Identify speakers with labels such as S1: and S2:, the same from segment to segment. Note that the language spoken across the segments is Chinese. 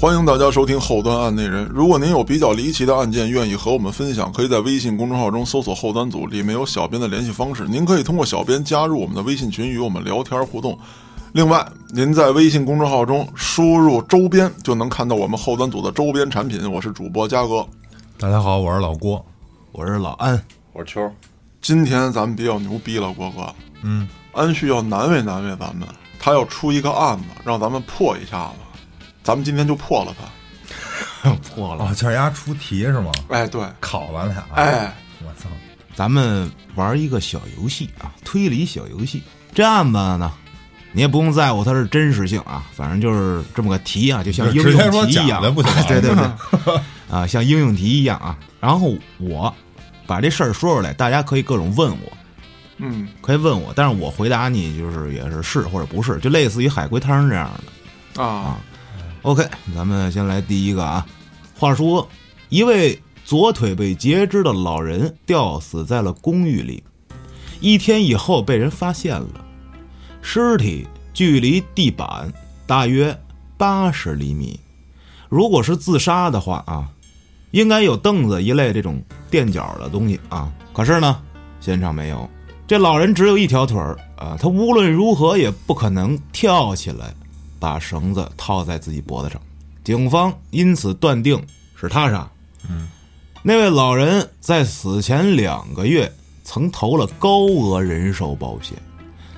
S1: 欢迎大家收听《后端案内人》。如果您有比较离奇的案件，愿意和我们分享，可以在微信公众号中搜索“后端组”，里面有小编的联系方式。您可以通过小编加入我们的微信群，与我们聊天互动。另外，您在微信公众号中输入“周边”，就能看到我们后端组的周边产品。我是主播嘉哥，
S2: 大家好，我是老郭，我是老 安，
S3: 我是秋，
S1: 今天咱们比较牛逼了，郭哥。嗯，安旭要难为难为咱们，他要出一个案子，让咱们破一下子。咱们今天就破了他。
S3: 破了，
S2: 哦，欠丫出题是吗？
S1: 哎，对，
S2: 考咱俩，
S1: 哎，
S2: 我操，
S3: 咱们玩一个小游戏啊，推理小游戏。这案子呢，你也不用在乎它是真实性啊，反正就是这么个题啊，就像应
S2: 直接说
S3: 用题一
S2: 假
S3: 样，啊
S2: 的不行吗
S3: 对对对， 啊，像应用题一样啊。然后我把这事儿说出来，大家可以各种问我，
S1: 嗯，
S3: 可以问我，但是我回答你就是也是是或者不是，就类似于海龟汤这样的。
S1: 啊，
S3: OK，咱们先来第一个啊。话说，一位左腿被截肢的老人吊死在了公寓里，一天以后被人发现了，尸体距离地板大约八十厘米。如果是自杀的话啊，应该有凳子一类这种垫脚的东西啊。可是呢，现场没有。这老人只有一条腿儿啊，他无论如何也不可能跳起来，把绳子套在自己脖子上。警方因此断定是他杀。嗯，那位老人在死前两个月曾投了高额人寿保险。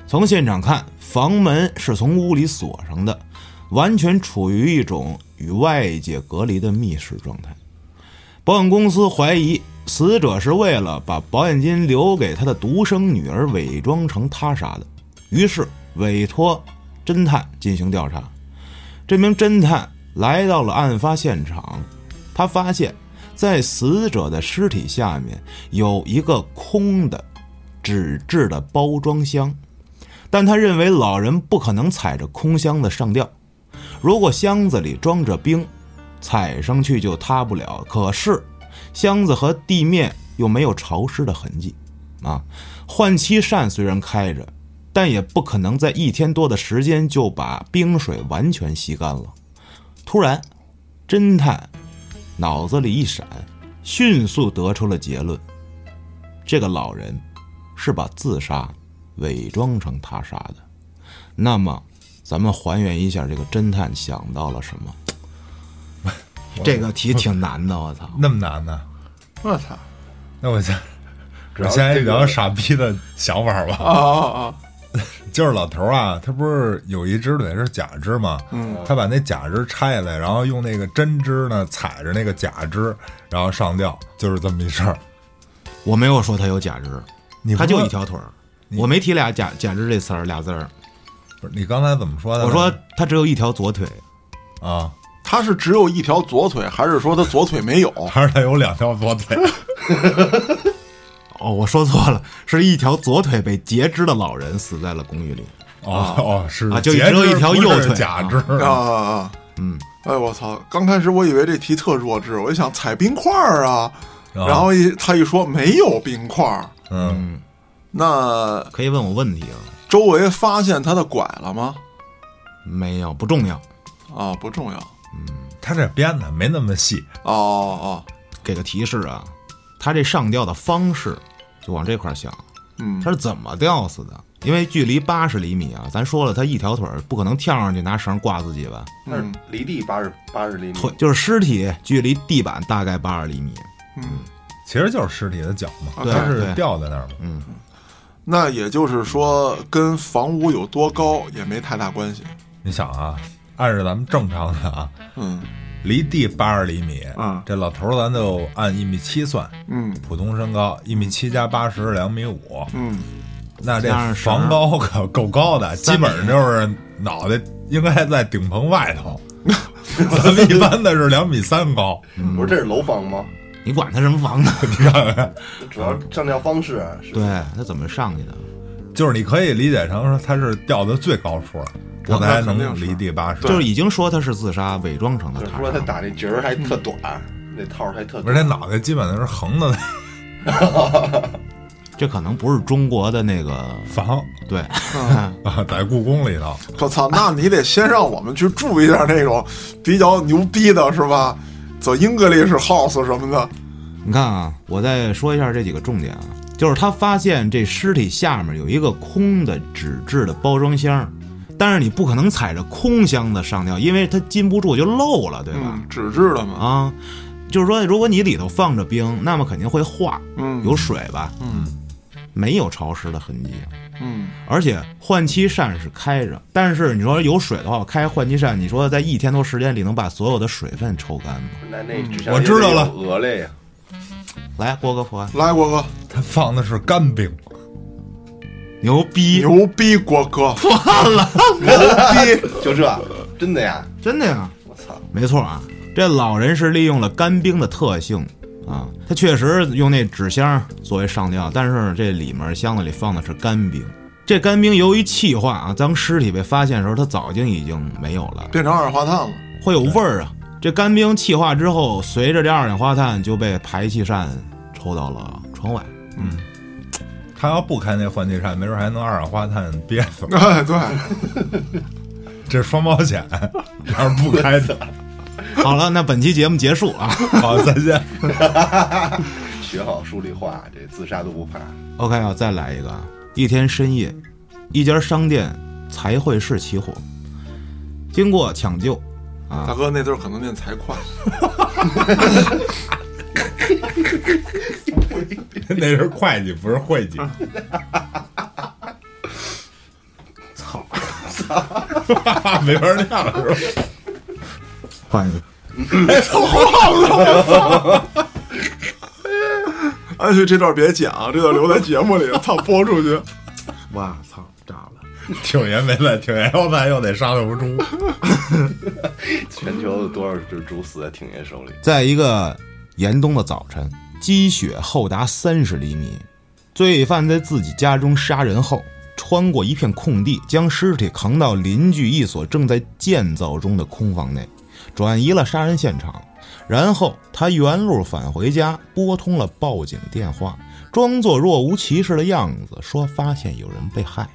S3: 从现场看，房门是从屋里锁上的，完全处于一种与外界隔离的密室状态。保险公司怀疑死者是为了把保险金留给他的独生女儿伪装成他杀的，于是委托侦探进行调查。这名侦探来到了案发现场，他发现，在死者的尸体下面有一个空的纸质的包装箱，但他认为老人不可能踩着空箱子上吊。如果箱子里装着冰，踩上去就塌不了。可是箱子和地面又没有潮湿的痕迹，啊，换气扇虽然开着，但也不可能在一天多的时间就把冰水完全吸干了。突然，侦探脑子里一闪，迅速得出了结论：这个老人是把自杀伪装成他杀的。那么，咱们还原一下这个侦探想到了什么？ 这个题挺难的，我操！
S2: 那么难呢？
S1: 我操，
S2: 那我先，
S4: 主
S2: 我
S4: 要
S2: 先
S4: 这个
S2: 聊傻逼的想法吧。
S1: 啊啊啊，
S2: 就是老头儿啊，他不是有一只腿是假肢吗？
S1: 嗯，
S2: 他把那假肢拆下来，然后用那个真肢呢踩着那个假肢，然后上吊，就是这么一事儿。
S3: 我没有说他有假肢，
S2: 你
S3: 他
S2: 不
S3: 就
S2: 说
S3: 一，条腿儿，我没提俩假假肢这词儿俩字儿，
S2: 不是你刚才怎么说的？
S3: 我说他只有一条左腿，
S2: 啊，
S1: 他是只有一条左腿，还是说他左腿没有？啊
S2: 还是他有两条左 腿？
S3: 哦，我说错了，是一条左腿被截肢的老人死在了公寓里。
S2: 哦哦，是
S3: 啊就
S2: 截
S3: 只有
S2: 肢
S3: 一条
S2: 不是
S3: 右腿
S2: 假
S3: 啊
S2: 肢
S1: 啊啊啊！
S3: 嗯，
S1: 哎我操！刚开始我以为这题特弱智，我一想踩冰块儿啊，
S2: 啊
S1: 然后一他一说没有冰块儿，
S2: 嗯，
S1: 那
S3: 可以问我问题啊？
S1: 周围发现他的拐了吗？
S3: 没有，不重要。
S1: 啊，不重要。
S2: 他这编的没那么细。
S1: 哦哦，
S3: 给个提示啊，他这上吊的方式就往这块儿想，
S1: 嗯
S3: 他是怎么吊死的？因为距离八十厘米啊，咱说了，他一条腿儿不可能跳上去拿绳挂自己吧？
S4: 那是
S1: 嗯
S4: 离地八十八十厘米，
S3: 腿就是尸体距离地板大概八十厘米。
S1: 嗯，
S2: 其实就是尸体的脚嘛，
S1: 啊对嗯
S2: 它是
S3: 对
S2: 吊在那儿嘛。
S1: 那也就是说跟房屋有多高也没太大关系。
S2: 你想啊，按照咱们正常的啊，
S1: 嗯
S2: 离地八十厘米，
S1: 嗯
S2: 这老头儿咱就按一米七算，
S1: 嗯
S2: 普通身高一米七加八十两米五，
S1: 嗯，
S2: 那这
S3: 加上绳儿
S2: 房高可够高的，基
S3: 三米
S2: 本上就是脑袋应该在顶棚外头。咱们一般的是两米三高，
S4: 不是这是楼房吗？
S3: 你管他什么房呢？
S2: 你看看，
S4: 主要上吊方式啊是
S3: 对他怎么上去的？
S2: 就是你可以理解成说他是吊的最高处了，
S1: 哦那
S2: 他才
S1: 肯定
S2: 能
S1: 是
S2: 离地八十。
S3: 就是已经说他是自杀伪装成的
S4: 就
S3: 他杀。
S4: 是说他打那结儿还特短，那套儿还特
S2: 而且
S4: 短，
S2: 脑袋基本上是横的，
S3: 这可能不是中国的那个
S2: 房
S3: 对，
S2: 啊，在故宫里头，
S1: 我操，那你得先让我们去住一下那种比较牛逼的，是吧？走 English house 什么的，
S3: 你看啊，我再说一下这几个重点啊，就是他发现这尸体下面有一个空的纸质的包装箱，但是你不可能踩着空箱子上吊，因为它禁不住就漏了，对吧？
S1: 嗯，纸质的嘛，
S3: 啊，就是说，如果你里头放着冰，那么肯定会化，
S1: 嗯
S3: 有水吧，
S1: 嗯
S3: 没有潮湿的痕迹，
S1: 嗯，
S3: 而且换气扇是开着，但是你说有水的话，我开换气扇，你说在一天多时间里能把所有的水分抽干吗？
S4: 那那纸
S2: 我
S4: 箱也
S2: 知
S4: 得
S2: 道
S4: 有
S2: 了
S4: 鹅类啊呀，
S3: 来，郭哥破案，
S1: 来郭哥，
S2: 他放的是干冰，
S3: 牛逼，
S1: 牛逼郭哥，破了，牛逼，
S4: 就这，真的呀！
S3: 真的呀！
S4: 我操，
S3: 没错啊，这老人是利用了干冰的特性啊，他确实用那纸箱作为上吊，但是这里面箱子里放的是干冰。这干冰由于气化啊，当尸体被发现的时候，它早就已经没有了，
S1: 变成二氧化碳了，
S3: 会有味儿啊。这干冰气化之后，随着这二氧化碳就被排气扇抽到了窗外。
S2: 他要不开那换气扇，没准还能二氧化碳憋死。
S1: 哎，对，
S2: 这双保险要是不开的，
S3: 好了，那本期节目结束啊。
S2: 好，再见。
S4: 学好数理化，这自杀都不怕。
S3: OK 啊，再来一个。啊！一天深夜，一家商店财会室起火，经过抢救，
S1: 大哥那字儿可能念财会，
S2: 那是会计，不是会计。操！ 没法念了是吧？
S3: 换一个。
S1: 哎，这这段别剪啊，这段留在节目里，操，播出 去，
S3: 哇操，炸了！
S2: 挺爷没来，挺爷要来又得杀头猪。
S4: 全球有多少只猪死在挺爷手里？
S3: 在一个严冬的早晨，积雪厚达三十厘米，罪犯在自己家中杀人后，穿过一片空地，将尸体扛到邻居一所正在建造中的空房内，转移了杀人现场。然后他原路返回家，拨通了报警电话，装作若无其事的样子，说发现有人被害。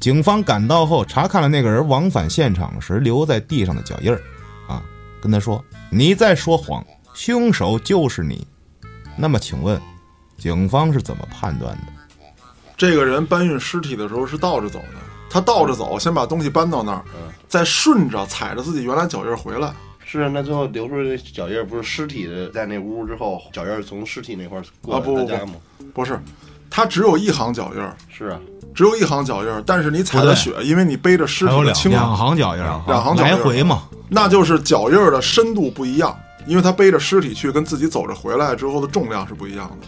S3: 警方赶到后，查看了那个人往返现场时留在地上的脚印儿，啊，跟他说：“你在说谎，凶手就是你。”那么，请问，警方是怎么判断的？
S1: 这个人搬运尸体的时候是倒着走的，他倒着走，先把东西搬到那儿，再顺着踩着自己原来脚印儿回来。
S4: 是啊，那最后留出来的脚印儿不是尸体的，在那屋之后，脚印儿从尸体那块儿过
S1: 啊不
S4: 来
S1: 不
S4: 他家吗？
S1: 不是，他只有一行脚印儿，
S4: 是啊，
S1: 只有一行脚印儿，但是你踩
S3: 不对
S1: 了雪，因为你背着尸
S2: 还有
S1: 体的
S2: 两
S1: 轻量
S3: 两行脚印儿，
S1: 啊
S3: 啊
S1: 两行脚印
S3: 来
S1: 儿啊
S3: 回嘛。
S1: 那就是脚印儿的深度不一样，因为他背着尸体去，跟自己走着回来之后的重量是不一样的。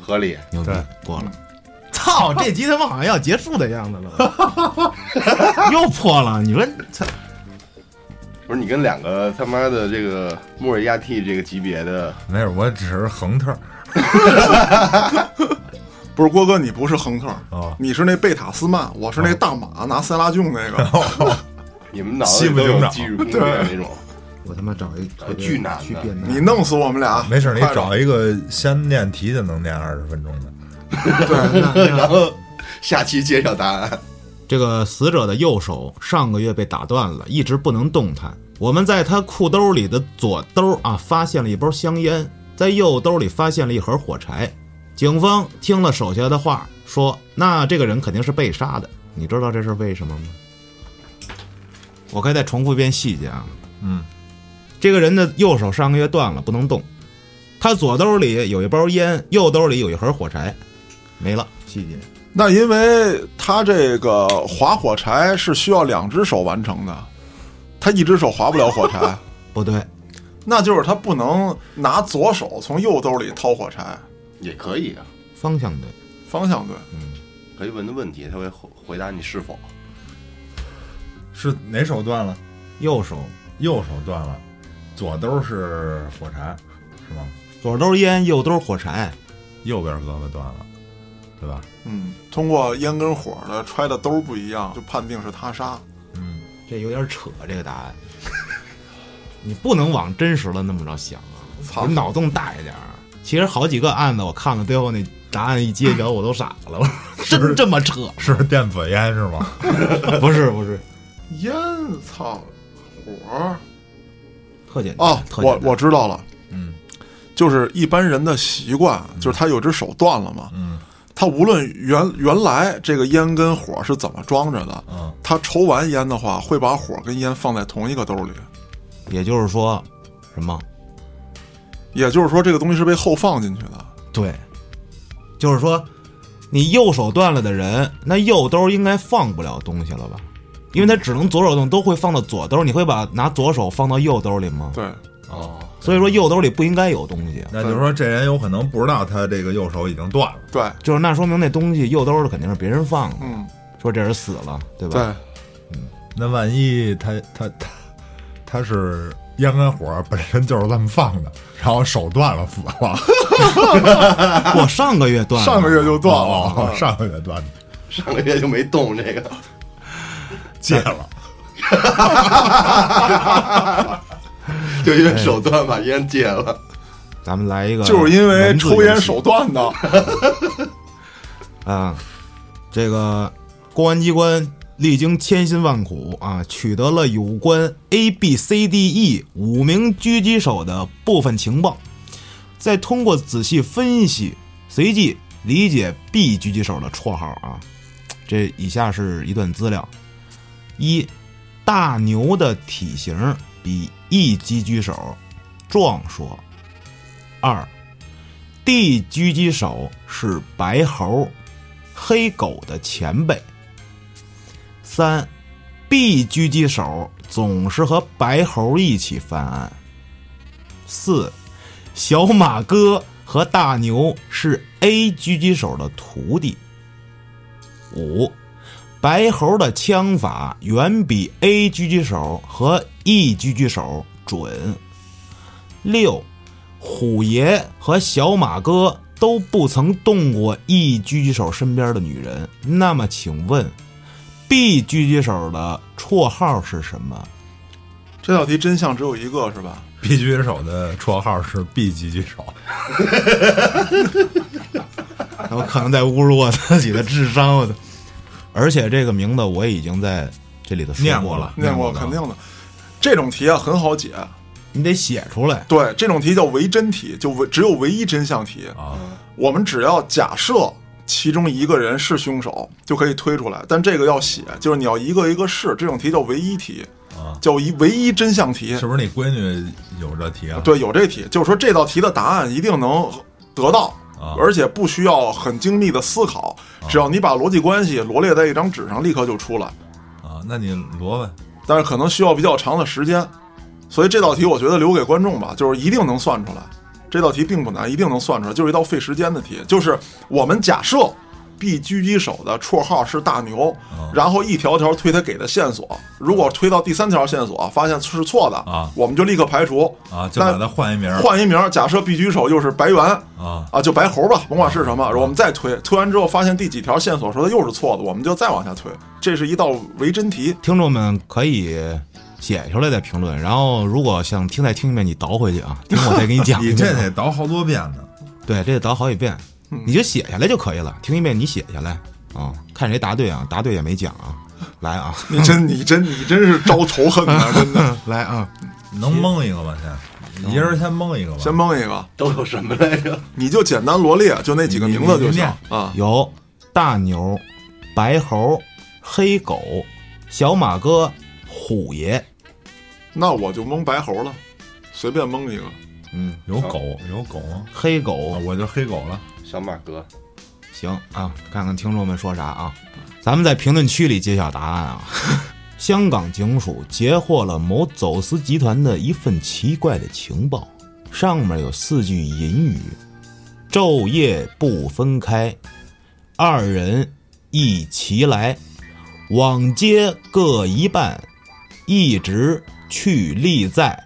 S4: 合理。
S3: 牛逼
S2: 对，
S3: 过了。操，这集他妈好像要结束的样子了， 又破了。你们操，
S4: 不是你跟两个他妈的这个穆尔亚蒂这个级别的，
S2: 没事，我只是横特儿。
S1: 不是郭哥，你不是亨特，
S2: 哦
S1: 你是那贝塔斯曼，我是那大马拿塞拉郡那 个。
S2: 哦
S4: 你们脑子里都有技术攻略那种，
S3: 我他妈找一
S4: 找一巨难的
S3: 去变态
S1: 你弄死我们俩，
S2: 没事，你
S1: 快点
S2: 找一个先念题就能念二十分钟的。
S4: 然后呃下期揭晓答案。
S3: 这个死者的右手上个月被打断了，一直不能动弹。我们在他裤兜里的左兜啊，发现了一包香烟，在右兜里发现了一盒火柴。警方听了手下的话，说：“那这个人肯定是被杀的。”你知道这是为什么吗？我可以再重复一遍细节啊。
S2: 嗯，
S3: 这个人的右手上个月断了，不能动。他左兜里有一包烟，右兜里有一盒火柴，没了。细节。
S1: 那因为他这个划火柴是需要两只手完成的，他一只手划不了火柴，
S3: 不对，
S1: 那就是他不能拿左手从右兜里掏火柴，
S4: 也可以啊，
S3: 方向对。
S1: 方向对。
S4: 可以问的问题，他会回回答你是否。
S2: 是哪手断了？
S3: 右手
S2: 右手断了，左兜是火柴，是吗？
S3: 左兜烟，右兜火柴。
S2: 右边胳膊断了，对吧？
S1: 嗯，通过烟跟火的揣的兜不一样，就判定是他杀。
S3: 这有点扯，这个答案。 你不能往真实了那么着想啊！
S1: 操
S3: 你脑洞大一点儿。其实好几个案子我看了，最后那答案一揭晓，我都傻 了，我说真这么扯？
S2: 是电子烟是吗？
S3: 不是不是，
S1: 烟操火
S3: 特简单
S1: 啊！
S3: 特
S1: 我
S3: 简单
S1: 我知道了，
S2: 嗯，
S1: 就是一般人的习惯，就是他有只手断了嘛，
S2: 嗯，
S1: 他无论原原来这个烟跟火是怎么装着的，
S2: 嗯，
S1: 他抽完烟的话，会把火跟烟放在同一个兜里，
S3: 也就是说什么？
S1: 也就是说，这个东西是被后放进去的。
S3: 对，就是说，你右手断了的人，那右兜应该放不了东西了吧？因为他只能左手动，都会放到左兜。你会把拿左手放到右兜里吗？
S1: 对，
S2: 哦，
S3: 所以说右兜里不应该有东西，
S2: 那就是说这人有可能不知道他这个右手已经断了。
S1: 对，
S3: 就是那说明那东西右兜里肯定是别人放的。
S1: 嗯，
S3: 说这人死了，对吧？
S1: 对，
S2: 那万一他他他他是烟跟火本身就是这么放的，然后手断了死了，
S3: 我上个月断了，
S1: 上个月就断 了。
S2: 哦，上个月断的
S4: 上个月就没动这个，
S2: 戒了。
S4: 就因为手段把烟戒了。
S3: 咱们来一个，
S1: 就是因为抽烟手断的，
S3: 啊，这个公安机关历经千辛万苦啊，取得了有关 A、B、C、D、E 五名狙击手的部分情报，再通过仔细分析，随即理解 B 狙击手的绰号啊。这以下是一段资料：一，大牛的体型比 E 狙击手壮硕；二，D 狙击手是白猴黑狗的前辈。三，B 狙击手总是和白猴一起犯案。四，小马哥和大牛是 A 狙击手的徒弟。五，白猴的枪法远比 A 狙击手和 E 狙击手准。六，虎爷和小马哥都不曾动过 E 狙击手身边的女人，那么请问，B 狙击手的绰号是什么？
S1: 这道题真相只有一个，是吧？
S2: B 狙击手的绰号是 B 狙击手，
S3: 我可能在侮辱我自己的智商，我的。而且这个名字我已经在这里头说
S2: 念
S3: 过
S2: 过了
S1: 念过肯定的。这种题啊很好解，
S3: 你得写出来。
S1: 对，这种题叫唯真题，就唯只有唯一真相题
S2: 啊。
S1: 我们只要假设其中一个人是凶手，就可以推出来。但这个要写，就是你要一个一个试。这种题叫唯一题，
S2: 啊
S1: 叫一唯一真相题
S2: 是。不是你闺女有这题啊？
S1: 对，有这题，就是说这道题的答案一定能得到
S2: 啊。
S1: 而且不需要很精密的思考，只要你把逻辑关系罗列在一张纸上，立刻就出来。
S2: 啊，那你罗呗。
S1: 但是可能需要比较长的时间，所以这道题我觉得留给观众吧，就是一定能算出来。这道题并不难，一定能算出来，就是一道费时间的题。就是我们假设 B 狙击手的绰号是大牛，
S2: 啊
S1: 然后一条条推他给的线索，如果推到第三条线索啊发现是错的
S2: 啊
S1: 我们就立刻排除
S2: 啊，就把
S1: 那
S2: 它换一名儿
S1: 换一名，假设 B 狙击手又是白猿。
S2: 啊
S1: 啊，就白猴吧，甭管是什么，我们再推，推完之后发现第几条线索说它又是错的，我们就再往下推。这是一道为真题，
S3: 听众们可以写出来再评论，然后如果想听再听一遍，你倒回去啊，听我 再给你讲一
S2: 你
S3: 遍。
S2: 这得倒好多遍呢。
S3: 对，这得倒好几遍，你就写下来就可以了。听一遍你写下来啊、看谁答对啊，答对也没奖啊。来啊，
S1: 你真你真你真是招仇恨呐！真的。
S3: 来啊，
S2: 能蒙一个吗？先，一人先蒙一个吧。
S1: 先蒙一个，
S4: 都有什么来着？
S1: 你就简单罗列，就那几个名字就行啊。
S3: 有大牛、白猴、黑狗、小马哥、虎爷，
S1: 那我就蒙白猴了，随便蒙一个。
S3: 嗯，
S2: 有狗有狗吗？
S3: 黑
S2: 啊
S3: 狗
S2: 我就黑狗了。
S4: 小马哥，
S3: 行啊，看看听众们说啥啊。咱们在评论区里揭晓答案啊。香港警署截获了某走私集团的一份奇怪的情报，上面有四句引语：“昼夜不分开，二人一齐来，往街各一半，一直去利在。”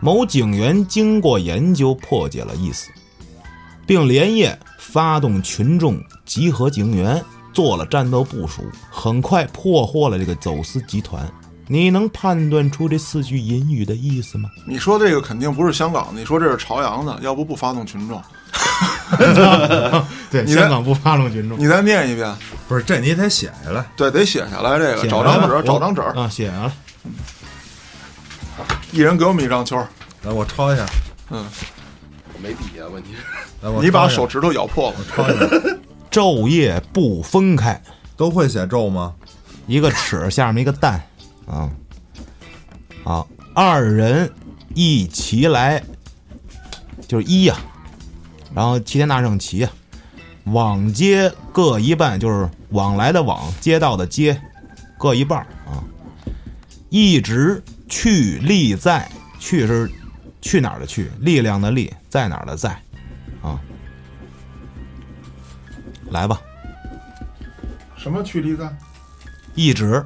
S3: 某警员经过研究破解了意思。并连夜发动群众集合警员，做了战斗部署，很快破获了这个走私集团。你能判断出这四句引语的意思吗？
S1: 你说这个肯定不是香港的，你说这是朝阳的，要不不发动群众。
S3: 对，
S1: 你在
S3: 香港不发动群众，
S1: 你再念一遍，
S2: 不是这你得写下来，
S1: 对，得写下来嗯这个，
S3: 写
S1: 找
S3: 下来
S1: 张
S3: 吧
S1: 纸，
S3: 我
S1: 找张纸，
S3: 啊，写下来。
S1: 一人给我们一张圈儿，
S2: 来我抄一下，
S4: 我没底啊，问题是
S2: 来我
S1: 你把
S2: 抄一下
S1: 手指头咬破了。
S2: 抄一下，
S3: 昼夜不分开，
S2: 都会写咒吗？
S3: 一个尺下面一个蛋，啊，好，二人一齐来，就是一呀、然后齐天大圣齐呀、往街各一半，就是往来的往，街道的街，各一半儿啊，一直去力在，去是去哪儿的去，力量的力，在哪儿的在，啊，来吧，
S1: 什么去力在？
S3: 一直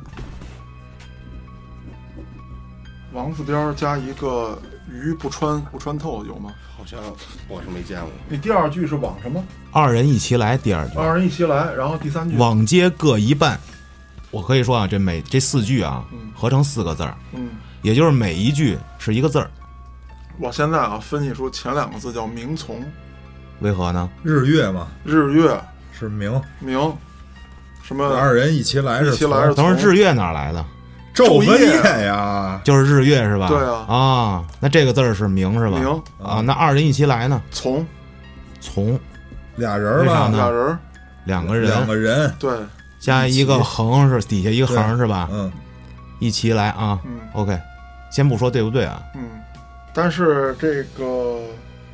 S1: 王字边儿加一个鱼不穿不穿透有吗？
S4: 好像我是没见过，
S1: 你第二句是往什么？
S3: 二人一齐来，第二句。
S1: 二人一齐来，然后第三句
S3: 往街各一半。我可以说啊，这每这四句啊
S1: 嗯，
S3: 合成四个字儿，
S1: 嗯，
S3: 也就是每一句是一个字儿。
S1: 我现在啊分析出前两个字叫明从，
S3: 为何呢？
S2: 日月嘛
S1: 日月
S2: 是明，
S1: 明，什么
S2: 二人一起来是
S1: 嗯一齐来是
S3: 等会
S1: 从
S3: 儿日月哪儿来的？
S2: 咒
S1: 昼
S2: 和
S1: 夜
S2: 夜呀，
S3: 就是日月是吧？
S1: 对啊
S3: 啊，那这个字儿是明是吧？
S1: 明
S3: 啊，那二人一齐来呢？
S1: 从
S3: 从
S2: 俩人儿
S3: 为
S2: 吧
S3: 啥呢，
S1: 俩人儿
S3: 两个人
S2: 两个人，
S1: 对，
S3: 加一个
S2: 一起
S3: 横是底下一个横是吧？
S2: 嗯，
S3: 一齐来啊。
S1: 嗯
S3: OK，先不说对不对啊，
S1: 嗯，但是这个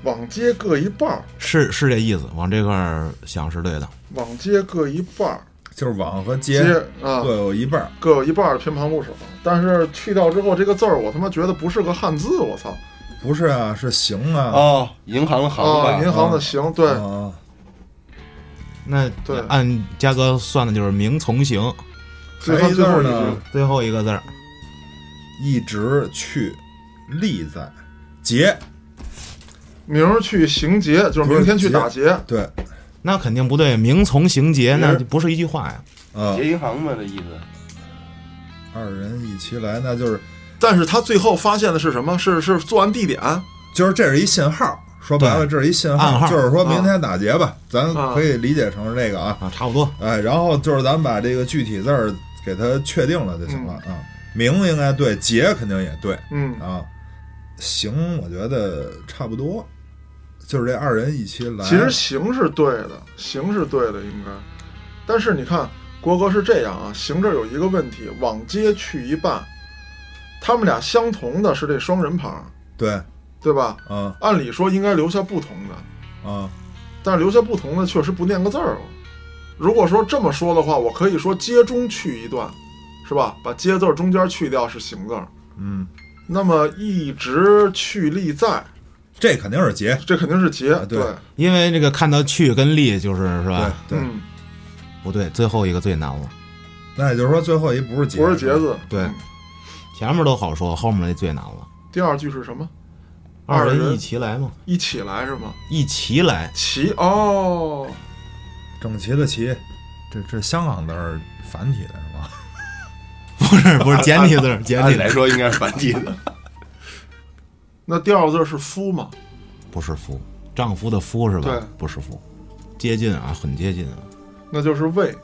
S1: 往街各一半儿，
S3: 是是这意思，往这块儿想是对的。
S1: 往街各一半儿，
S2: 就是网和
S1: 街
S2: 街
S1: 啊
S2: 各有一半儿，
S1: 各有一半儿的偏旁部首，但是去掉之后这个字儿我他妈觉得不是个汉字，我操
S2: 不是啊，是行啊，
S4: 哦，银行的行
S1: 啊！
S4: 吧，
S1: 银行的行对。
S2: 啊，
S3: 那
S1: 对
S3: 按嘉哥算的就是明从行，
S1: 最
S2: 还
S1: 后
S2: 一
S1: 最
S2: 字
S1: 后
S2: 儿
S1: 一
S2: 呢
S1: 句，
S3: 最后一个字儿
S2: 一直去立在节，
S1: 明儿去行劫，就是明天去打劫。
S2: 对，
S3: 那肯定不对，名从行节那就不是一句话呀。
S2: 啊，
S4: 劫银行嘛，这意思。
S2: 二人一起来，那就是
S1: 但是他最后发现的是什么？是是作案地点，
S2: 就是这是一信号，说白了
S3: 对
S2: 这是一信
S3: 暗号
S2: 就是说明天打劫
S1: 啊
S2: 吧，咱可以理解成是这个啊，
S3: 啊，差不多。
S1: 嗯
S2: 哎，然后就是咱们把这个具体字儿给它确定了就行了啊，明应该对，节肯定也对
S1: 嗯，
S2: 啊，行，我觉得差不多，就是这二人一起来，
S1: 其实行是对的，行是对的，应该。但是你看，国哥是这样啊，行这儿有一个问题，往街去一半，他们俩相同的是这双人旁，
S2: 对，
S1: 对吧？
S2: 啊
S1: 按理说应该留下不同的，
S2: 啊，
S1: 但是留下不同的确实不念个字儿。哦如果说这么说的话，我可以说街中去一段，是吧？把街字儿中间去掉是行字儿，
S2: 嗯，
S1: 那么一直去力在，
S2: 这肯定是节，
S1: 这肯定是劫，
S2: 啊对
S3: 因为这个看到去跟力就是是
S2: 对
S3: 吧？
S2: 对，
S1: 嗯，
S3: 不对，最后一个最难了。
S2: 那也就是说最后一不是节，
S1: 不是劫字。
S3: 对，前面都好说，后面那最难了。
S1: 第二句是什么？
S3: 二
S1: 二
S3: 人
S1: 人
S3: 一齐来嘛，
S1: 一起来是吗？
S3: 一齐来。
S1: 齐哦，
S2: 整齐的齐，这这香港字儿繁体的是吗？
S3: 不是 不是简体字 儿，简
S4: 按
S3: 体字
S4: 理来
S3: 儿
S4: 说应该是繁体 的，
S1: 那第二个字是夫嘛？
S3: 不是夫，丈夫的夫是
S1: 对
S3: 吧？不是夫，接近啊，很接近啊。
S1: 那就是未，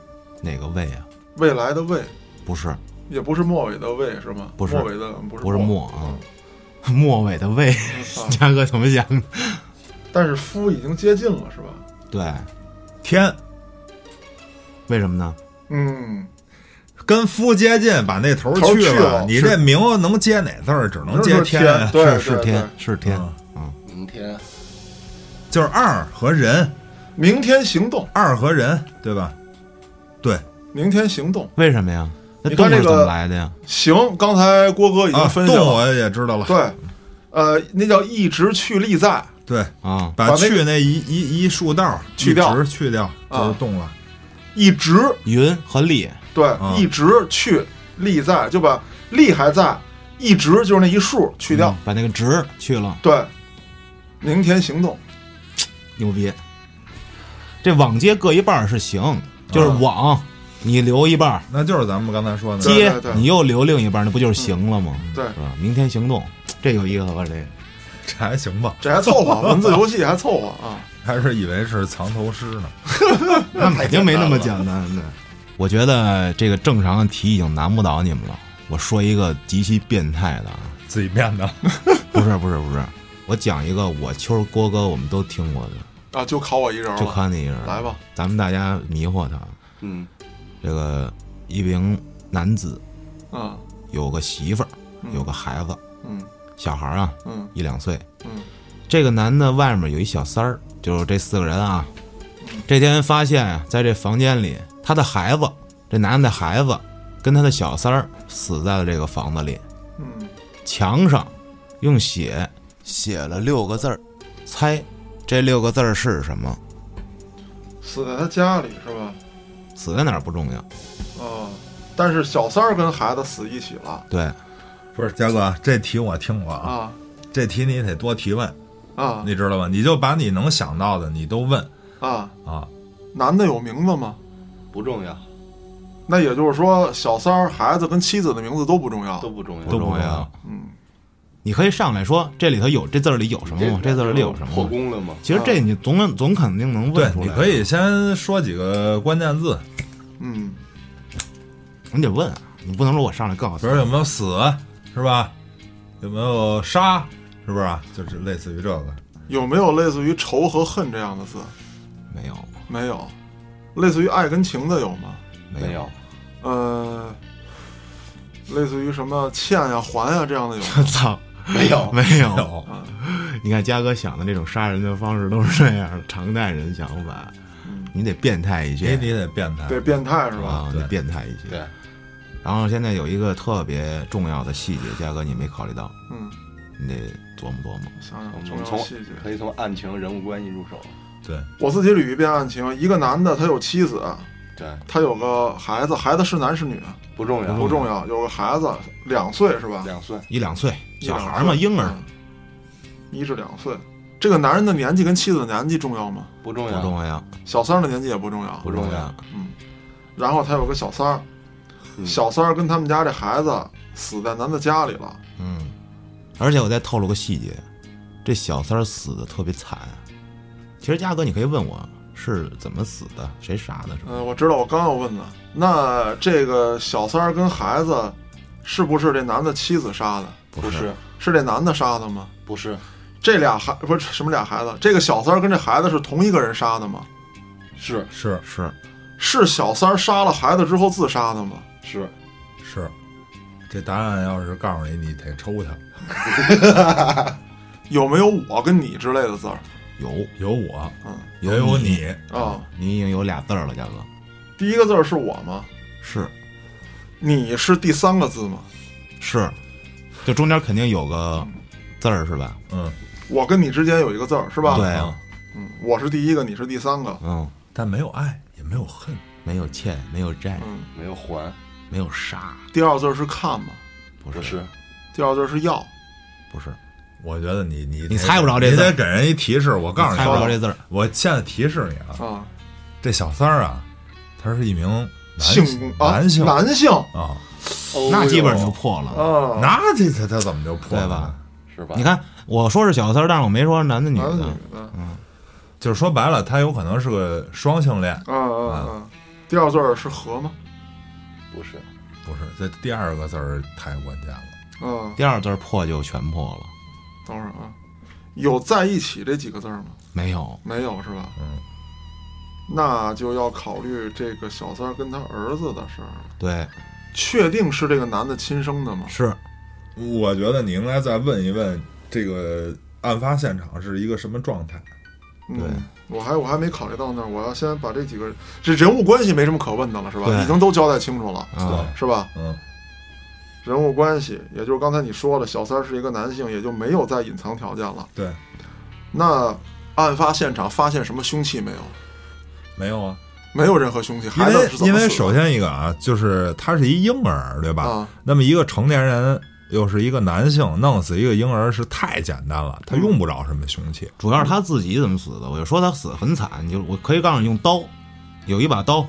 S3: 哪个未啊？
S1: 未来的未，
S3: 不是，
S1: 也不是末尾的未是吗？
S3: 不是
S1: 末尾的不是
S3: 不是末啊， 末尾的尾。
S1: 啊
S3: 嘉哥怎么想的？
S1: 但是夫已经接近了是吧？
S3: 对，
S2: 天
S3: 为什么呢？
S1: 嗯，
S2: 跟夫接近，把那头
S1: 头去
S2: 去
S1: 了
S2: 你
S1: 是
S2: 这名能接哪字儿？只能接
S1: 就是天
S2: 啊
S1: 对
S3: 是
S1: 对
S3: 是
S1: 对
S3: 天是天
S2: 嗯
S3: 啊，
S4: 明天
S2: 就是二和人，
S1: 明天行动，
S2: 二和人，对吧？对，啊
S1: 明天行动，
S3: 为什么呀？那
S1: 你
S3: 动
S1: 看这
S3: 物是
S1: 个
S3: 怎么来的呀？
S1: 行。刚才郭哥已
S2: 啊
S1: 经，分析
S2: 动
S1: 了，
S2: 我也知道了，
S1: 对，呃，那叫一直去力在，
S2: 对，
S3: 啊，
S2: 把
S1: 把那个
S2: 去那一一一竖道儿
S1: 去掉
S2: 一直去掉就是
S1: 啊
S2: 动了，
S1: 一直
S3: 云和力，
S1: 对，
S2: 嗯
S1: 一直去力在，就把力还在，一直就是那一竖去掉。
S3: 嗯把那个值去了，
S1: 对，明天行动，
S3: 牛逼！这网街各一半儿是行，就是网、你留一半儿，
S2: 那就是咱们刚才说的
S1: 啊对
S3: 接
S1: 对对
S3: 你又留另一半儿，那不就是行了吗？
S1: 对
S3: 是吧？明天行动，这有意思吧？这 个
S2: 这还行吧，
S1: 这还凑合， 文字游戏还凑合啊。
S2: 还是以为是藏头诗呢。
S3: 那肯定没那么简单对，我觉得这个正常的题已经难不倒你们了。我说一个极其变态的啊，
S2: 自己编的，
S3: 不是不是不是，我讲一个我秋儿郭哥我们都听过的，
S1: 啊，就考我一人
S3: 就
S1: 了，
S3: 靠你一人。
S1: 来吧，
S3: 咱们大家迷惑他。
S1: 嗯
S3: 这个一名男子
S1: 嗯
S3: 有个媳妇儿，有个孩子，
S1: 嗯
S3: 小孩儿啊，
S1: 嗯
S3: 一两岁。
S1: 嗯，
S3: 这个男的外面有一小三儿，就是这四个人啊。这天发现啊，在这房间里，他的孩子，这男的孩子跟他的小三儿死在了这个房子里，
S1: 嗯，
S3: 墙上用血写了六个字儿，猜这六个字儿是什么？
S1: 死在他家里是吧？
S3: 死在哪儿不重要，
S1: 啊，但是小三儿跟孩子死一起了
S3: 对，
S2: 不是嘉哥，啊这题我听过啊，
S1: 啊
S2: 这题你得多提问，
S1: 啊
S2: 你知道吧？你就把你能想到的你都问
S1: 啊！
S2: 啊。
S1: 男的有名字吗？
S4: 不重要，
S1: 那也就是说，小三儿、孩子跟妻子的名字都不重要
S4: 都。不重要。
S3: 不
S2: 重
S3: 要
S2: 要。
S1: 嗯，
S3: 你可以上来说这里头有这字儿里有什么吗？这字儿里有什
S4: 破
S3: 么吗？
S4: 功了吗？
S3: 其实这你总总肯定能
S2: 对
S3: 问，啊出来，
S2: 你可，以先说几个关键字，
S1: 嗯，
S3: 你得问啊，你不能说我上来告
S2: 比
S3: 诉
S2: 如
S3: 你。
S2: 有没有死，啊是吧？有没有杀，是不是啊？就是类似于这个。
S1: 有没有类似于仇和恨这样的字？
S3: 没有，
S1: 没有。类似于爱跟情的有吗？
S4: 没有，
S1: 呃，类似于什么欠呀、还呀这样的有吗？
S3: 我操，
S4: 没有，
S3: 没有。
S2: 有，
S3: 你看嘉哥想的这种杀人的方式都是这样 的，常代人想法， 你得变态一
S2: 你
S3: 些，
S2: 你得变态。
S1: 嗯对，变态是吧？
S3: 啊，
S2: 对
S3: 得变态一些。
S4: 对，
S3: 然后现在有一个特别重要的细节，嘉哥你没考虑到，
S1: 嗯，
S3: 你得琢磨琢磨。
S1: 想想
S4: 我
S1: 重嗯
S4: 们
S1: 要
S4: 啊从
S1: 细节。
S4: 可以从案情、人物关系入手。
S2: 对，
S1: 我自己捋一遍案情：一个男的，他有妻子，
S4: 对，
S1: 他有个孩子，孩子是男是女啊
S4: 不重要，
S1: 不重
S3: 嗯
S1: 要，有个孩子两岁是吧？
S4: 两岁，
S3: 一两岁
S1: 一
S3: 小
S1: 两岁
S3: 孩嘛，婴儿
S1: 嗯一至两岁。这个男人的年纪跟妻子的年纪重要吗？
S4: 不重
S3: 不
S4: 要，
S3: 重要，
S1: 小三儿的年纪也不重要。
S3: 不
S4: 重
S3: 重
S4: 要
S3: 要。
S1: 然后他有个小三儿，
S4: 嗯
S1: 小三儿跟他们家这孩子死在男的家里了。
S3: 嗯，而且我再透露个细节，这小三儿死的特别惨。其实嘉哥，你可以问我是怎么死的，谁杀的，是吧？
S1: 嗯、我知道，我刚要问呢。那这个小三儿跟孩子，是不是这男的妻子杀的？
S4: 不是，
S1: 是这男的杀的吗？
S4: 不是，
S1: 这俩孩不是什么俩孩子，这个小三儿跟这孩子是同一个人杀的吗？
S4: 是
S2: 是
S3: 是
S1: 是小三儿杀了孩子之后自杀的吗？
S4: 是，
S2: 是，这答案要是告诉你，你得抽他。
S1: 有没有我跟你之类的字儿
S3: 有
S2: 有我，
S1: 嗯
S2: 也有你，
S1: 啊？
S3: 你已经有俩字儿了，嘉哥，
S1: 第一个字儿是我吗？
S3: 是
S1: 你是第三个字吗？
S3: 是，就中间肯定有个字儿是吧？
S2: 嗯，
S1: 我跟你之间有一个字儿是吧？
S3: 对
S2: 嗯
S3: 啊，
S1: 嗯，我是第一个，你是第三个。
S3: 嗯，
S2: 但没有爱，也没有恨，
S3: 没有欠，没有债，
S1: 嗯，
S4: 没有还，
S3: 没有杀，
S1: 第二字儿是看吗？
S3: 不
S4: 不是，
S1: 第二字儿是要。
S3: 不是，
S2: 我觉得你你
S3: 你猜不着这
S2: 你
S3: 字
S2: 得给人一提示。我告诉你，
S3: 猜不着这字儿，
S2: 我现在提示你啊，
S1: 啊，
S2: 这小三儿啊，他是一名男
S1: 性啊，
S2: 男性
S1: 男性
S3: 哦
S2: 啊，
S3: 那基本就破了。
S1: 啊，
S2: 哦那这他他怎么就破了
S3: 对吧？
S4: 是吧？
S3: 你，看，我说是小三儿，但是我没说男的女
S1: 男的
S3: 的，
S1: 女的，
S2: 就是说白了，他有可能是个双性恋，
S1: 啊啊啊！第二字儿是和吗？
S4: 不是，
S2: 不是？这第二个字儿太关键了，
S1: 嗯，
S3: 第二字儿破就全破了，
S1: 等会儿啊，有在一起这几个字儿吗？
S3: 没有。
S1: 没有是吧？
S2: 嗯，
S1: 那就要考虑这个小三儿跟他儿子的事儿了。
S3: 对，
S1: 确定是这个男的亲生的吗？
S3: 是
S2: 我觉得你应该再问一问这个案发现场是一个什么状态。
S1: 对，嗯我还我还没考虑到那儿，我要先把这几个这人物关系没什么可问的了，是吧？
S3: 对
S1: 已经都交代清楚了，
S3: 啊，
S1: 是吧？
S2: 嗯，
S1: 人物关系，也就是刚才你说了，小三儿是一个男性，也就没有再隐藏条件了。
S2: 对，
S1: 那案发现场发现什么凶器没有？
S2: 没有啊，
S1: 没有任何凶器，
S2: 因
S1: 孩子
S2: 为
S1: 是怎
S2: 因
S1: 么
S2: 为
S1: 死
S2: 首
S1: 的？
S2: 先一个啊，就是他是一婴儿，对吧？
S1: 啊
S2: 那么一个成年人又是一个男性，弄死一个婴儿是太简单了，他用不着什么凶器。
S3: 主要是他自己怎么死的。我就说他死得很惨，你就我可以告诉你，用刀，有一把刀，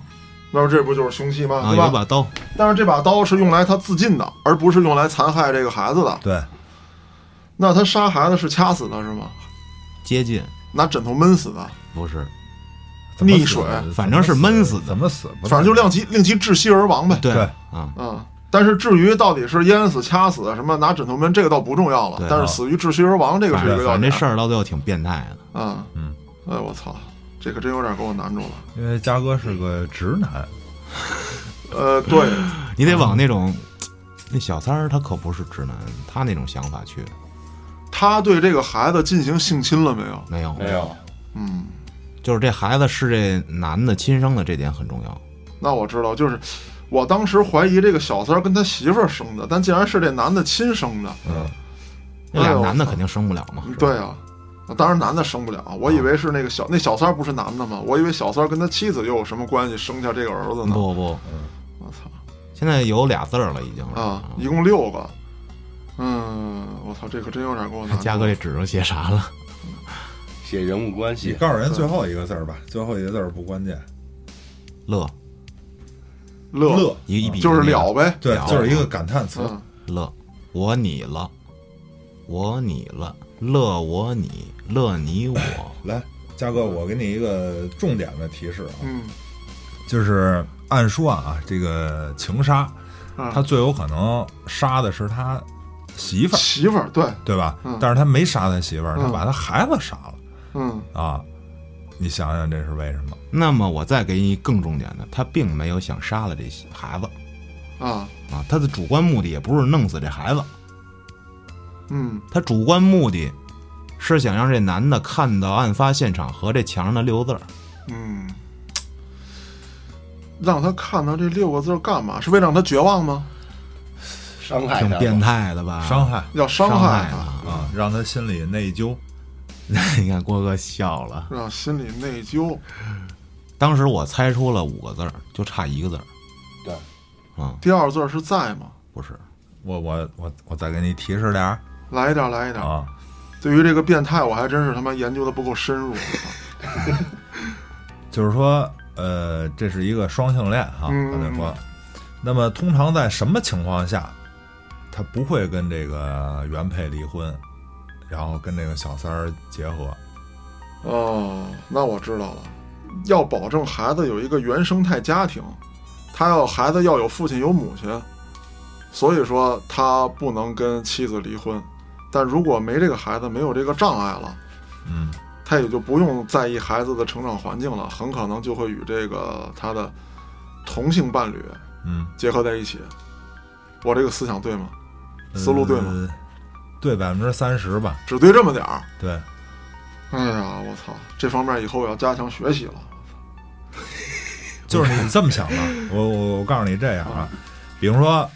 S1: 那么这不就是凶器吗？
S3: 啊，
S1: 啊对
S3: 有一
S1: 吧？
S3: 把刀，
S1: 但是这把刀是用来他自尽的，而不是用来残害这个孩子的。
S2: 对，
S1: 那他杀孩子是掐死的是吗？
S3: 接近
S1: 拿枕头闷死的，
S3: 不是，
S2: 怎么
S1: 溺
S2: 死
S1: 水
S2: 的
S3: 反正是闷死的
S2: 怎么死不知道？
S1: 反正就令其令其窒息而亡呗。
S3: 对
S2: 对
S3: 啊，
S1: 嗯，但是至于到底是淹死、掐死、什么拿枕头闷，这个倒不重要了
S3: 对。
S1: 但是死于窒息而亡，这个是一个要啊
S3: 反正
S1: 点
S3: 这。事儿到最后挺变态的。
S1: 啊，嗯，哎，我操，这可真有点给我难住了。
S2: 因为嘉哥是个直男，
S1: 呃， 对，
S3: 你得往那种，那小三儿他可不是直男，他那种想法去，
S1: 他对这个孩子进行性侵了没有？
S3: 没有
S4: 没，有，
S1: 嗯，
S3: 就是这孩子是这男的亲生的，这点很重要。
S1: 那我知道，就是我当时怀疑这个小三儿跟他媳妇儿生的，但竟然是这男的亲生的。
S3: 那嗯俩
S1: 哎呦
S3: 男的肯定生不了嘛，
S1: 对啊，当然男的生不了，啊我以为是那个小那小三儿不是男的吗？我以为小三儿跟他妻子又有什么关系，生下这个儿子呢？
S3: 嗯不不，
S1: 我操
S3: 现在有俩字儿了，已经是
S1: 啊，一共六个。嗯，我操，这可真有点给我难
S3: 看
S1: 住。
S3: 嘉哥这纸上写啥了？
S4: 写人物关
S2: 你
S4: 系，
S2: 告诉人最后一个字儿吧，最后一个字儿不关键，
S3: 乐
S1: 乐
S2: 乐，
S3: 一个一笔
S1: 就是
S3: 一啊个
S1: 了呗。
S2: 对
S3: 了，
S2: 就是一个感叹词，
S1: 嗯，
S3: 乐，我你了，我你了，乐我你，乐你我，
S2: 来，嘉哥，我给你一个重点的提示啊，
S1: 嗯
S2: 就是按说啊，这个情杀，
S1: 嗯
S2: 他最有可能杀的是他媳妇儿，
S1: 媳妇儿，对，
S2: 对吧
S1: 嗯？
S2: 但是他没杀他媳妇儿，他
S1: 嗯
S2: 把他孩子杀了
S1: 嗯
S2: 啊！你想想这是为什么？
S3: 那么我再给你更重点的，他并没有想杀了这孩子
S1: 啊，
S3: 啊，他的主观目的也不是弄死这孩子，
S1: 嗯
S3: 他主观目的是想让这男的看到案发现场和这墙上的六个字儿，
S1: 嗯，让他看到这六个字儿干嘛？是为了让他绝望吗？
S4: 伤害
S3: 挺
S4: 他
S3: 变
S4: 吧，
S3: 态的吧？
S2: 伤害
S1: 要伤
S3: 伤
S1: 害
S3: 害
S1: 他，
S3: 了，
S2: 啊，让他心里内疚。
S3: 你看郭哥笑了。
S1: 让心里内疚。
S3: 当时我猜出了五个字儿，就差一个字儿
S4: 对，
S3: 啊、
S1: 第二字儿是在吗？
S3: 不是
S2: 我我我我再给你提示点儿
S1: 来一点儿，来一点儿。
S2: 啊，
S1: 对于这个变态，我还真是他妈研究的不够深 入。
S2: 就是说，呃，这是一个双性恋哈，
S1: 嗯
S2: 刚才说。那么通常在什么情况下，他不会跟这个原配离婚，然后跟这个小三儿结合？
S1: 哦，那我知道了。要保证孩子有一个原生态家庭，他要孩子要有父亲有母亲，所以说他不能跟妻子离婚。但如果没这个孩子，没有这个障碍了，
S2: 嗯，
S1: 他也就不用在意孩子的成长环境了，很可能就会与这个他的同性伴侣
S2: 嗯，
S1: 结合在一起。我这个思想对吗？思路对吗
S2: 呃？对，百分之三十吧。
S1: 只对这么点儿。
S2: 对，
S1: 哎呀，我操，这方面以后我要加强学习了。
S2: 就是你这 么想吧。我我我告诉你这样啊，比如说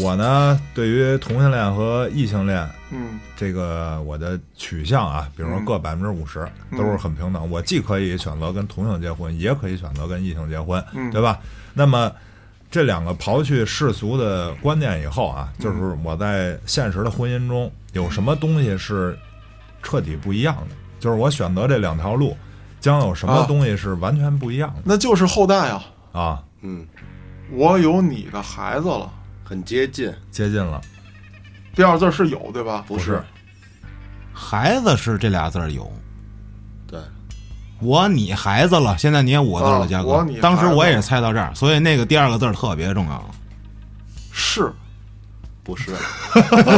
S2: 我呢，对于同性恋和异性恋，
S1: 嗯
S2: 这个我的取向啊，比如说各百分之五十
S1: 嗯
S2: 都是很平等，我既可以选择跟同性结婚，也可以选择跟异性结婚，
S1: 嗯
S2: 对吧？那么这两个刨去世俗的观念以后啊，就是我在现实的婚姻中有什么东西是彻底不一样的？就是我选择这两条路，将有什么
S1: 啊
S2: 东西是完全不一样
S1: 那就是后代啊，
S2: 的啊？
S4: 嗯，
S1: 我有你的孩子了。
S4: 很接近，
S2: 接近了，
S1: 第二字是有，对吧？
S4: 不
S2: 不是
S4: 是，
S3: 孩子是这俩字儿有，
S4: 对，
S3: 我你孩子了，现在你也五个字儿了，
S1: 啊
S3: 嘉哥、
S1: 我你孩子
S3: 当时我也猜到这儿，所以那个第二个字儿特别重 要。
S1: 是，
S4: 不是，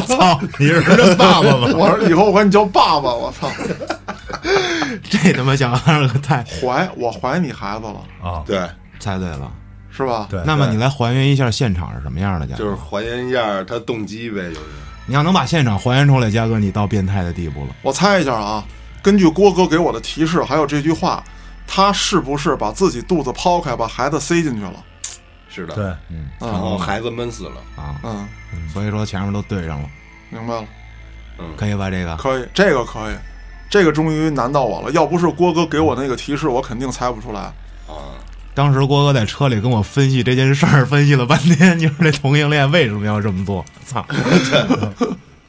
S2: 操，你是真爸爸吗？
S1: 我说以后我管你叫爸爸，我操，
S3: 这他妈小孩儿可太
S1: 怀我怀你孩子了，
S2: 啊，
S4: 对，
S3: 猜对了。
S1: 是吧？
S2: 对。
S3: 那么你
S2: 对
S3: 来还原一下现场是什么样的，嘉
S4: 就是
S3: 哥？
S4: 还原一下他动机呗，就是
S3: 你要能把现场还原出来，嘉哥，你到变态的地步了。
S1: 我猜一下啊，根据郭哥给我的提示，还有这句话，他是不是把自己肚子抛开，把孩子塞进去了？
S4: 是的，
S2: 对，
S3: 嗯
S4: 然后孩子闷死了，
S3: 啊，
S1: 嗯，
S3: 所以说前面都对上了，
S1: 明白了，
S3: 可以吧？这个
S1: 可以，这个可以，这个终于难到我了。要不是郭哥给我那个提示，我肯定猜不出来。
S3: 当时郭哥在车里跟我分析这件事儿，分析了半天，就是这同性恋为什么要这么做？操！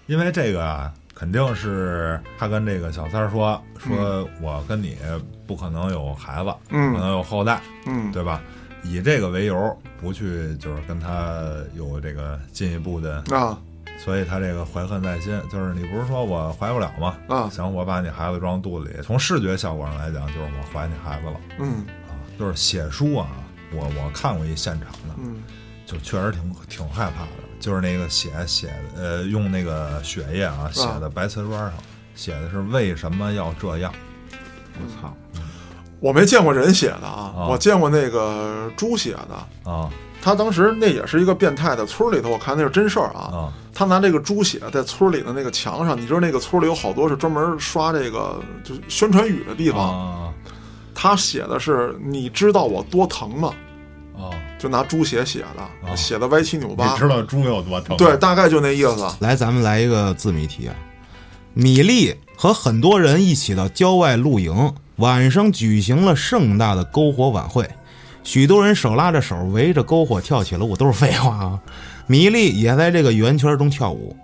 S2: 因为这个啊，肯定是他跟这个小三儿说，说我跟你不可能有孩子，
S1: 嗯
S2: 不可能有后代，
S1: 嗯
S2: 对吧？以这个为由不去就是跟他有这个进一步的，
S1: 啊
S2: 所以他这个怀恨在心。就是你不是说我怀不了吗？
S1: 啊，
S2: 行，我把你孩子装肚子里，从视觉效果上来讲，就是我怀你孩子了
S1: 嗯
S2: 啊。就是写书啊，我我看过一现场的，
S1: 嗯
S2: 就确实挺挺害怕的，就是那个写写的呃用那个血液啊写的白瓷砖上写的是为什么要这样，
S3: 我操，
S1: 我没见过人写的啊，
S2: 啊
S1: 我见过那个猪写的。
S2: 啊
S1: 他当时那也是一个变态的村里头，我看那是真事儿啊。
S2: 啊
S1: 他拿这个猪血在村里的那个墙上，你知道那个村里有好多是专门刷这个就是宣传语的地
S2: 啊
S1: 方。
S2: 啊
S1: 他写的是“你知道我多疼吗
S2: 啊！”，
S1: 就拿猪血写的，写的歪七扭八
S2: 你。知道猪有多疼？
S1: 对，大概就那意思。
S3: 来，咱们来一个自谜题啊！米粒和很多人一起到郊外露营，晚上举行了盛大的篝火晚会，许多人手拉着手围着篝火跳起了舞，都是废话啊！米粒也在这个圆圈中跳舞，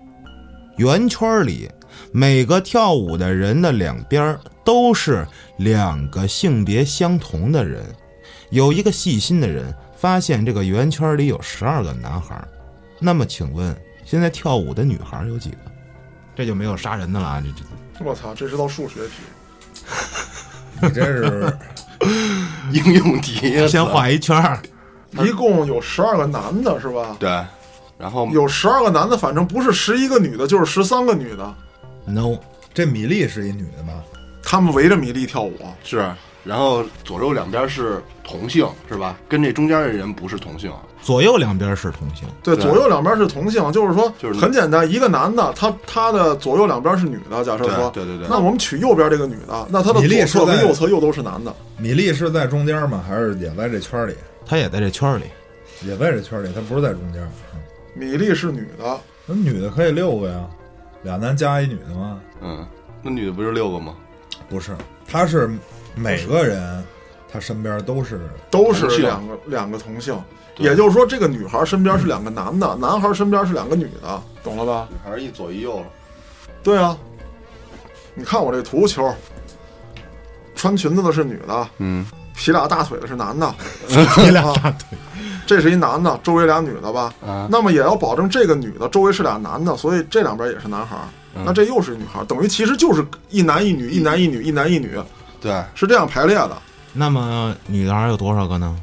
S3: 圆圈里每个跳舞的人的两边儿都是两个性别相同的人，有一个细心的人发现这个圆圈里有十二个男孩儿，那么请问，现在跳舞的女孩有几个？这就没有杀人的了啊！这这
S1: 我操，这是道数学题。
S2: 你这是
S4: 应用题
S3: 这，先画一圈儿，
S1: 一共有十二个男的，是吧？
S4: 对，然后
S1: 有十二个男的，反正不是十一个女的，就是十三个女的。
S3: ，no，
S2: 这米粒是一女的吗？
S1: 他们围着米粒跳舞，
S4: 是，然后左右两边是同性，是吧？跟这中间的人不是同性，
S3: 左右两边是同性，
S1: 对，
S4: 对
S1: 左右两边是同性，就是说，
S4: 就是
S1: 很简单，一个男的，他他的左右两边是女的，假设说，
S4: 对对对对
S1: 那我们取右边这个女的，那她的
S2: 比例
S1: 左
S2: 是
S1: 侧跟
S2: 在
S1: 右侧又都是男的，
S2: 米粒是在中间吗？还是也在这圈里？
S3: 她也在这圈儿里。
S2: 也在这圈里，她不是在中间。嗯
S1: 米粒是女的，
S2: 那女的可以六个呀，俩男加一女的吗？
S4: 嗯，那女的不是六个吗？
S2: 不是，她是每个人，她身边都是
S1: 都是
S4: 同性
S1: 两个两个同性，
S4: 对
S1: 也就是说，这个女孩身边是两个男的，男孩身边是两个女的，懂了吧？
S4: 女孩一左一右了，
S1: 对啊，你看我这图球，穿裙子的是女的，
S4: 嗯，
S1: 劈俩大腿的是男 的，
S2: 你俩大腿。
S1: 这是一男的，周围俩女的吧？
S4: 啊
S1: 那么也要保证这个女的周围是俩男的，所以这两边也是男孩儿，
S3: 嗯
S1: 那这又是女孩儿，等于其实就是一男一女，一男一女，一男一女，
S4: 对，
S1: 是这样排列的。
S3: 那么女的还有多少个呢？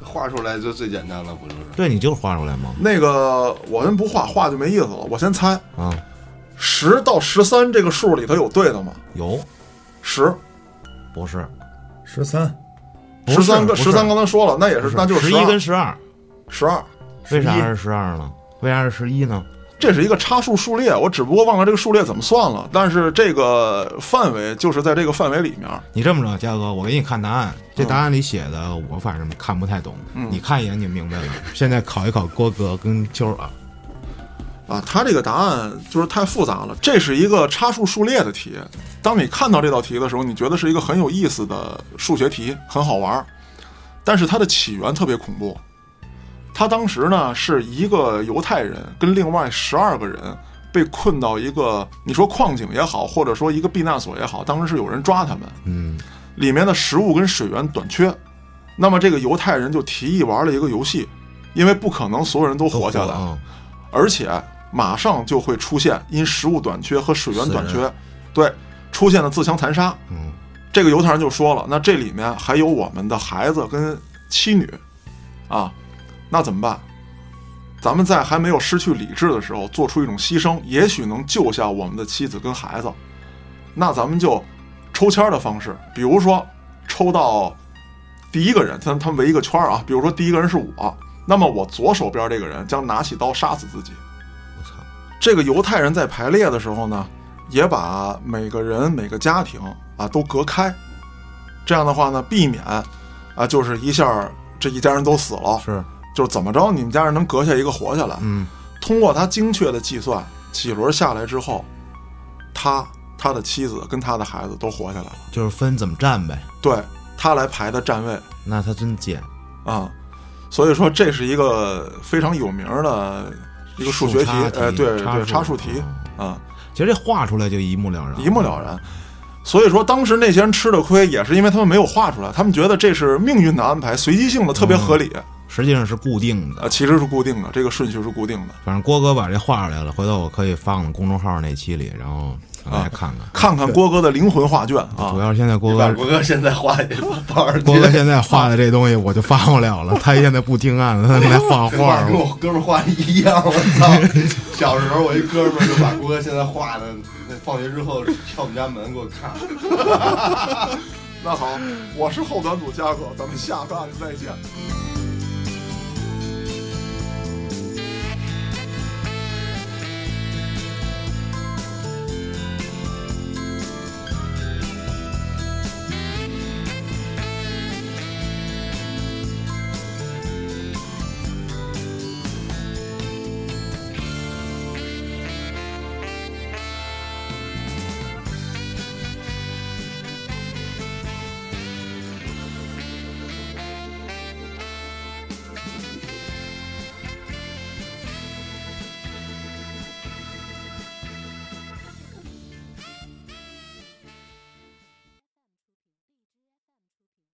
S4: 画出来就最简单了，不就是？
S3: 对，你就是画出来吗？
S1: 那个我先不画，画就没意思了。我先猜，
S3: 啊，
S1: 十到十三这个数里头有对的吗？
S3: 有，
S1: 十，
S3: 不是，
S2: 十三，
S3: 不是
S1: 十三个，
S3: 不是
S1: 十三刚才说了，那也
S3: 不
S1: 是，那就是
S3: 十一跟十二，
S1: 十二，
S3: 为啥是十二呢？为啥是十一呢？
S1: 这是一个差数数列，我只不过忘了这个数列怎么算了，但是这个范围就是在这个范围里面。
S3: 你这么着，嘉哥，我给你看答案，这
S1: 嗯
S3: 答案里写的我反正看不太懂，你看一眼你就明白了。现在考一考郭哥跟秋儿啊，
S1: 啊，它这个答案就是太复杂了。这是一个差数数列的题。当你看到这道题的时候，你觉得是一个很有意思的数学题，很好玩儿。但是它的起源特别恐怖。他当时呢是一个犹太人跟另外十二个人被困到一个你说矿井也好，或者说一个避难所也好，当时是有人抓他们，
S3: 嗯，
S1: 里面的食物跟水源短缺。那么这个犹太人就提议玩了一个游戏，因为不可能所有人都
S3: 都
S1: 活下来，
S3: 啊，
S1: 而且马上就会出现因食物短缺和水源短
S3: 死
S1: 缺，对，出现了自相残杀。
S3: 嗯，
S1: 这个犹太人就说了，那这里面还有我们的孩子跟妻女，啊，那怎么办？咱们在还没有失去理智的时候，做出一种牺牲，也许能救下我们的妻子跟孩子。那咱们就抽签儿的方式，比如说抽到第一个人，他他们围一个圈儿啊，比如说第一个人是我，那么我左手边这个人将拿起刀杀死自己。
S3: 我操，
S1: 这个犹太人在排列的时候呢，也把每个人每个家庭啊都隔开，这样的话呢，避免啊就是一下儿这一家人都死了，
S3: 是，
S1: 就是怎么着你们家人能隔下一个活下来。
S3: 嗯，
S1: 通过他精确的计算，几轮下来之后，他他的妻子跟他的孩子都活下来了。
S3: 就是分怎么站呗。
S1: 对他来排的站位
S3: 那他真贱，
S1: 啊，所以说这是一个非常有名儿的一个数学呃
S3: 嗯
S1: 啊
S3: 数
S1: 所以说，当时那些人吃的亏，也是因为他们没有画出来，他们觉得这是命运的安排，随机性的特别合理。
S3: 实际上是固定的。
S1: 呃，其实是固定的，这个顺序是固定的。
S3: 反正郭哥把这画出来了，回头我可以放到公众号那期里，然后让大家看看。
S1: 看看郭哥的灵魂画卷啊
S3: 主，要现在郭
S4: 把
S3: 哥，
S4: 国哥现在画的放上去，
S3: 郭哥现在画的这东西我就发不了了，他现在不听案子，他来放
S4: 跟我
S3: 画
S4: 跟
S3: 了。
S4: 我哥们儿画的一样，我操！小时候我一哥们儿就把郭哥现在画的，那放学之后敲我们家门给我看。
S1: 那好，我是后端组嘉哥，咱们下个案子再见。